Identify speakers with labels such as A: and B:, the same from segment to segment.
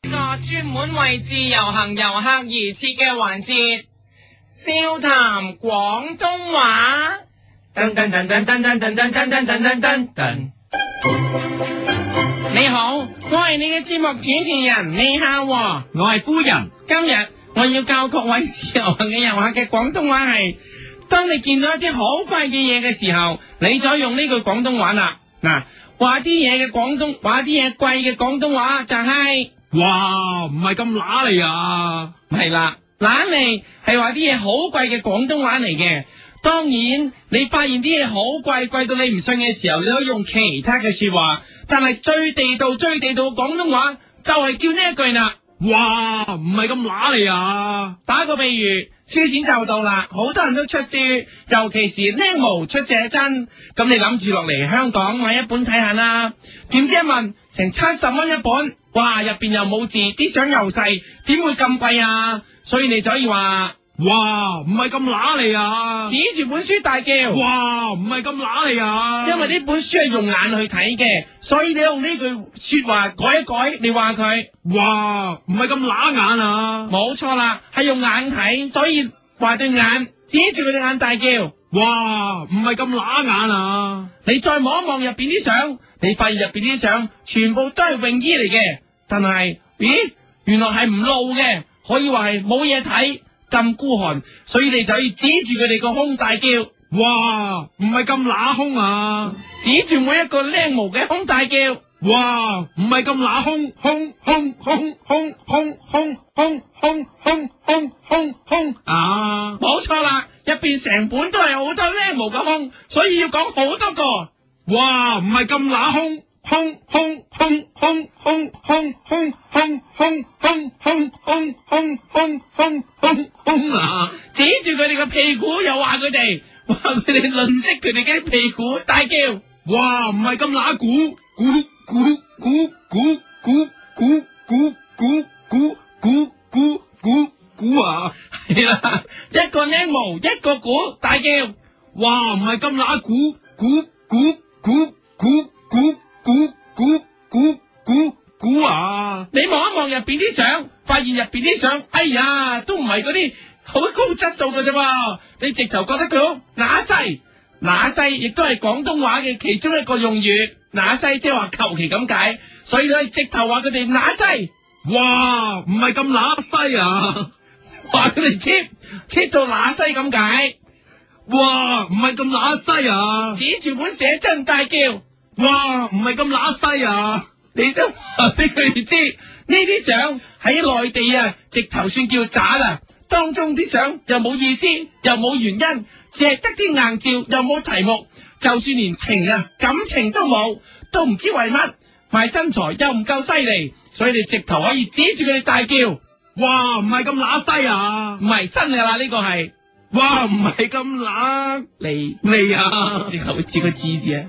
A: 個專門為自由行遊客而設嘅環節，笑談廣東話。噔噔噔噔噔噔噔噔噔噔噔噔噔。你好，我係你嘅節目主持人，你好喎。
B: 我係夫人，
A: 今日我要教各位自由行嘅遊客嘅廣東話係：當你見到一啲好貴嘅嘢嘅時候，你就用呢句廣東話啦。嗱，話啲嘢嘅廣東，話啲嘢貴嘅廣東話就係、
B: 哇，唔係咁乸嚟啊！
A: 係啦，懶嚟係話啲嘢好貴嘅廣東話嚟嘅。當然，你發現啲嘢好貴，貴到你唔信嘅時候，你可以用其他嘅說話。但係最地道、最地道嘅廣東話就係叫呢一句啦。
B: 哇，唔係咁乸嚟啊！
A: 打個比喻，書展就到啦，好多人都出書，尤其是僆模出寫真。咁你諗住落嚟香港買一本睇下啦，點知一問成七十蚊一本，哇！入邊又冇字，啲相又細，點會咁貴啊？所以你就可以話
B: 哇，唔係咁乸嚟啊！
A: 指住本書大叫，因
B: 哇，唔係咁乸嚟啊！
A: 為呢本書係用眼去睇嘅，所以你用呢句說話改一改，你話佢。
B: 哇，唔係咁乸眼啊！
A: 冇錯啦，係用眼睇，所以話對眼，指住佢對眼大叫。
B: 哇，唔係咁乸眼啊！
A: 你再望一望入邊啲相，你發現入邊啲相全部都係泳衣嚟嘅，但係，咦，原來係唔露嘅，可以話係冇嘢睇，咁孤寒，所以你就要指住佢哋個胸大叫，
B: 哇，唔係咁乸胸啊！
A: 指住每一個靚模嘅胸大叫，
B: 哇，唔係咁乸胸胸胸胸胸胸胸胸胸胸胸胸胸啊！
A: 冇錯啦，入邊成本都係好多靚模嘅胸，所以要講好多個。
B: 哇，唔係咁乸空空空空空空空空空空空空空空空空空空啊！
A: 指住佢哋個屁股又話佢哋，話佢哋吝嗇佢哋嘅屁股，大叫。
B: 哇，唔係咁乸鼓鼓鼓鼓鼓鼓鼓鼓鼓鼓鼓鼓鼓鼓啊！
A: 係啦，一個靚模，一個鼓，大叫。
B: 哇，唔係咁乸鼓鼓鼓鼓鼓鼓鼓鼓鼓鼓鼓啊！
A: 你望一望入邊啲相，發現入邊啲相，哎呀，都唔係嗰啲好高質素嘅啫喎，你直頭覺得佢好乸西，乸西亦都係廣東話嘅其中一個用語，乸西即係話求其咁解，所以你可以直頭話佢哋乸西，
B: 哇，唔係咁乸西啊！
A: 話佢哋切切到乸西咁解，
B: 哇，唔係咁乸西啊！
A: 指住本寫真大叫，
B: 哇，唔係咁乸西啊！
A: 你想 話俾佢哋知呢啲相喺內地啊，直頭算叫渣啦。當中啲相又冇意思，又冇原因，只係得啲硬照，又冇題目，就算連情啊感情都冇，都唔知為乜。賣身材又唔夠犀利，所以你直頭可以指住佢哋大叫，唔
B: 哇，唔係咁乸西啊！
A: 係真噶啦，呢、個係
B: 哇，唔係咁乸
A: 你
B: 利啊！
A: 之後指個指字啊，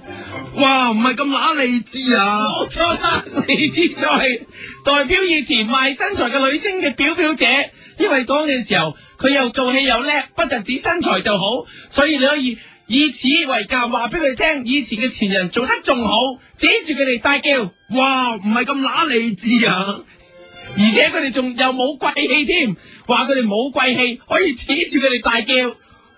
B: 哇，唔係咁乸利智啊！
A: 冇錯啦，你知就係代表以前賣身材嘅女星嘅表表姐，因為嗰陣時候佢又做戲又叻，不特止身材就好，所以你可以以此為鑑，話俾佢聽以前嘅前人做得仲好，指住佢哋大叫，而
B: 哇，唔係咁乸利智啊！
A: 且佢哋仲又冇貴氣添，話佢哋冇貴氣，可以指住佢哋大叫，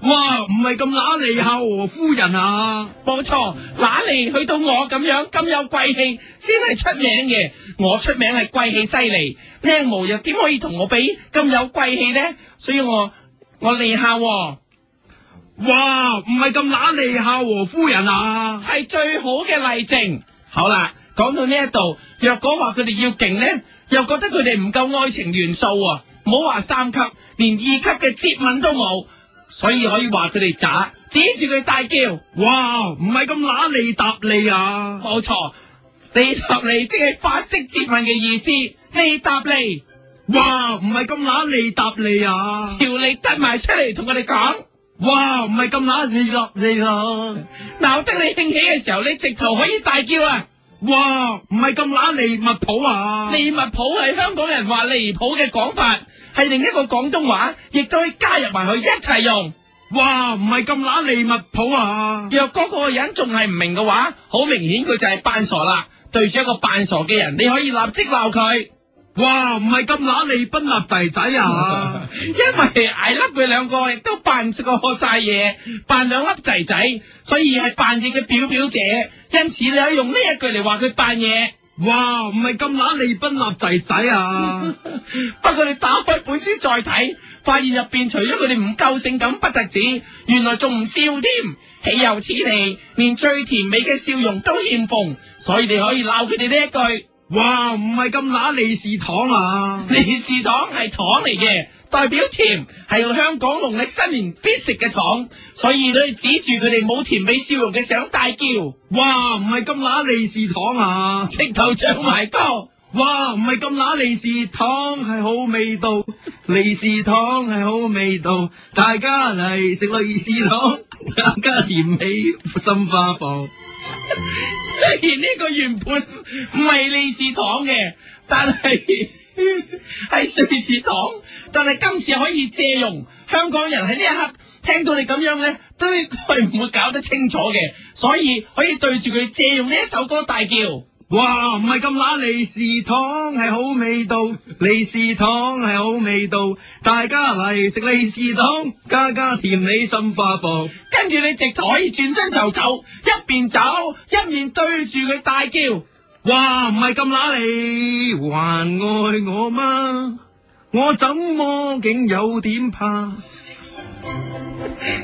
B: 哇，唔係咁乸利孝和夫人啊！
A: 冇錯，嗱嚟去到我咁樣咁有貴氣，先係出名嘅。我出名係貴氣犀利，靚模又點可以同我比咁有貴氣呢？所以我我利孝喎
B: 哇，唔係咁乸利孝和夫人啊！
A: 係最好嘅例證。好啦，講到呢一度，若果話佢哋要勁呢，又覺得佢哋唔夠愛情元素喎、唔好話三級，連二級嘅接吻都冇，所以可以話佢哋渣，指住佢大叫。
B: 哇，唔係咁乸利搭利啊！
A: 冇錯，你答你即係法式接吻嘅意思，你答你
B: 哇，唔係咁乸利搭利啊！
A: 條脷得埋出嚟同我哋講，
B: 哇，唔係咁乸利搭利啊！
A: 鬧得你興起嘅時候，你直頭可以大叫啊！
B: 哇，唔係咁乸利物浦啊！
A: 利物浦係香港人話離譜嘅講法，係另一個廣東話，亦都可以加入埋去一齊用。
B: 哇，唔係咁乸利物浦啊！
A: 若果嗰個人仲係唔明嘅話，好明顯佢就係扮傻啦。對住一個扮傻嘅人，你可以立即鬧佢。
B: 哇，唔係咁乸利賓立仔仔啊！
A: 因為挨粒佢兩個亦都扮食過晒嘢，扮兩粒仔仔，所以係扮嘢嘅表表姐。因此你可以用呢一句嚟話佢扮嘢。
B: 哇，唔係咁乸利賓立仔仔啊！
A: 不過你打開本書再睇，發現入邊除咗佢哋唔夠性感不特止，原來仲唔笑添。豈有此理！連最甜美嘅笑容都欠奉，所以你可以鬧佢哋呢一句。
B: 哇，唔係咁乸利是糖啊！
A: 利是糖係糖嚟嘅，代表甜，係香港農曆新年必食嘅糖，所以你可以指住佢哋冇甜美笑容嘅相大叫，
B: 哇，唔係咁乸利是糖啊！
A: 直頭唱埋歌。
B: 哇，唔係咁乸利是糖係好味道， 利是糖係好味道，大家嚟食利是糖， 增加甜美心花放。
A: 雖然呢個原本唔係利是糖嘅，但係 係瑞士糖，但係今次可以借用香港人喺呢一刻聽到你咁樣咧，都係唔會搞得清楚嘅，所以可以對住佢借用呢一首歌大叫。
B: 哇，唔係咁乸利是糖係好味道，利是糖係好味道，大家嚟食利是糖，家家甜美心花放。
A: 跟住你直頭可以轉身就走，一邊走一面對住佢大叫，
B: 哇，唔係咁乸你還愛我嗎？我怎麼竟有點怕？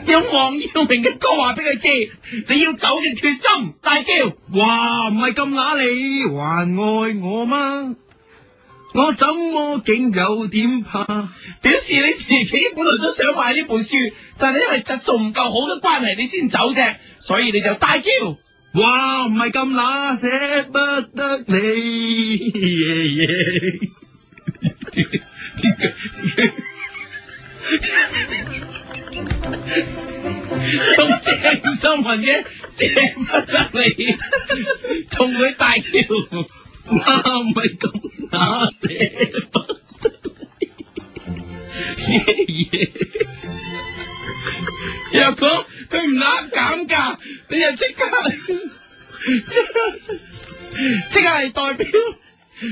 A: 用黃耀明嘅歌話俾佢知，你要走嘅決心大叫，
B: 哇，唔係咁乸你還愛我嗎？我怎麼竟有點怕？
A: 表示你自己本來都想買呢本書，但係因為質素唔夠好嘅關係，你先走啫，所以你就大叫。
B: 哇，唔係咁乸捨不得你。耶耶
A: 用鄭秀文嘅捨不得你，同佢大叫。
B: 哇，唔係咁乸捨不得你。耶耶
A: 若果佢唔揦減價，你就即刻 即刻係代表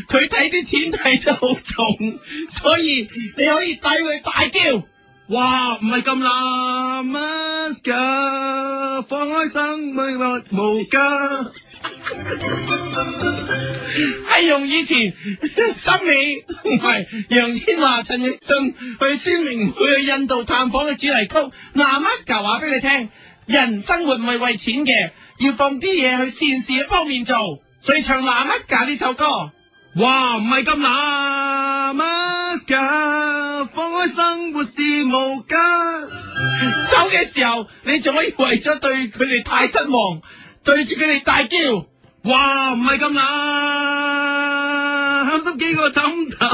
A: 佢睇啲錢睇得好重，所以你可以抵佢大叫。
B: 哇，唔係咁啦 m a s 放開生命樂無價。
A: 係用以前 森美同埋楊千嬅、陳奕迅去宣明會去印度探訪嘅主題曲《Namaskar》話俾佢聽，人生活唔係為錢嘅，要放啲嘢去善事嘅方面做，所以唱《Namaskar》呢首歌。
B: 哇，唔係咁啦 m a s 放開生活是無價。
A: 走嘅時候，你仲可以為咗對佢哋太失望，對住佢哋大叫。
B: 哇，唔係咁啦，鹹濕幾個枕頭。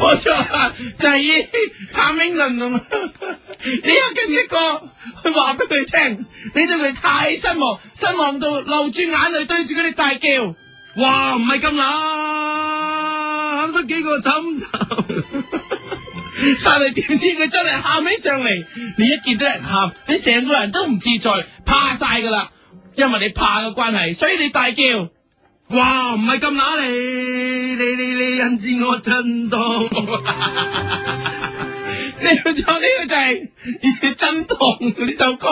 A: 冇錯啦，就係、以譚詠麟同呢一跟一個去話俾佢聽，你對佢太失望，失望到流住眼淚對住佢哋大叫。
B: 哇，唔係咁啦，鹹濕幾個枕頭。
A: 但係點知佢真係喊起上嚟，你一見到人喊，你成個人都唔自在，怕晒噶啦，因為你怕嘅關係，所以你大叫。
B: 哇，唔係咁乸你，你你你引致我震動。
A: 呢個就呢個就係震盪呢首歌，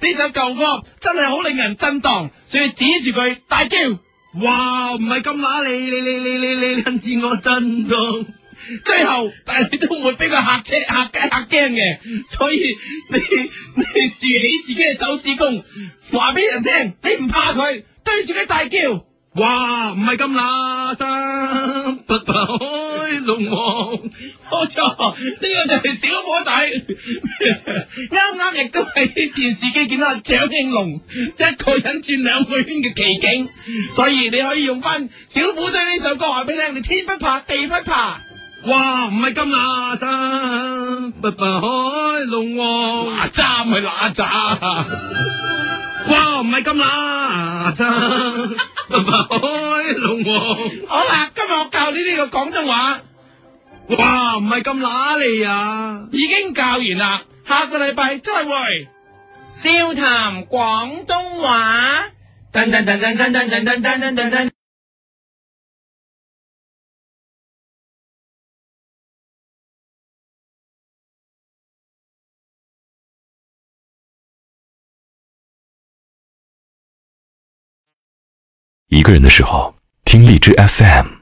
A: 呢首舊歌真係好令人震盪，所以指住佢大叫，
B: 哇，唔係咁乸你，你你你你你引致我震動。
A: 最後但係你都唔會俾佢嚇車嚇雞嚇驚嘅，所以你 你豎起自己嘅手指公，話俾人聽你唔怕佢，對住佢大叫。
B: 哇，唔係咁乸咋，不怕開龍王。
A: 冇錯，呢、個就係小伙仔，啱啱亦都喺電視機見到阿蔣慶龍一個人轉兩個圈嘅奇景，所以你可以用翻《小虎隊》呢首歌話俾你聽，你天不怕地不怕，
B: 哇，唔係咁乸咋，不怕開龍王。
A: 哪吒咪哪吒，
B: 啊哇，唔係咁乸 咋，不怕開龍王。
A: 好啦，今日我教你呢個廣東話
B: 哇，唔係咁乸你啊！
A: 已經教完啦，下個禮拜再會。笑談廣東話。
C: 一个人的时候，听荔枝 FM。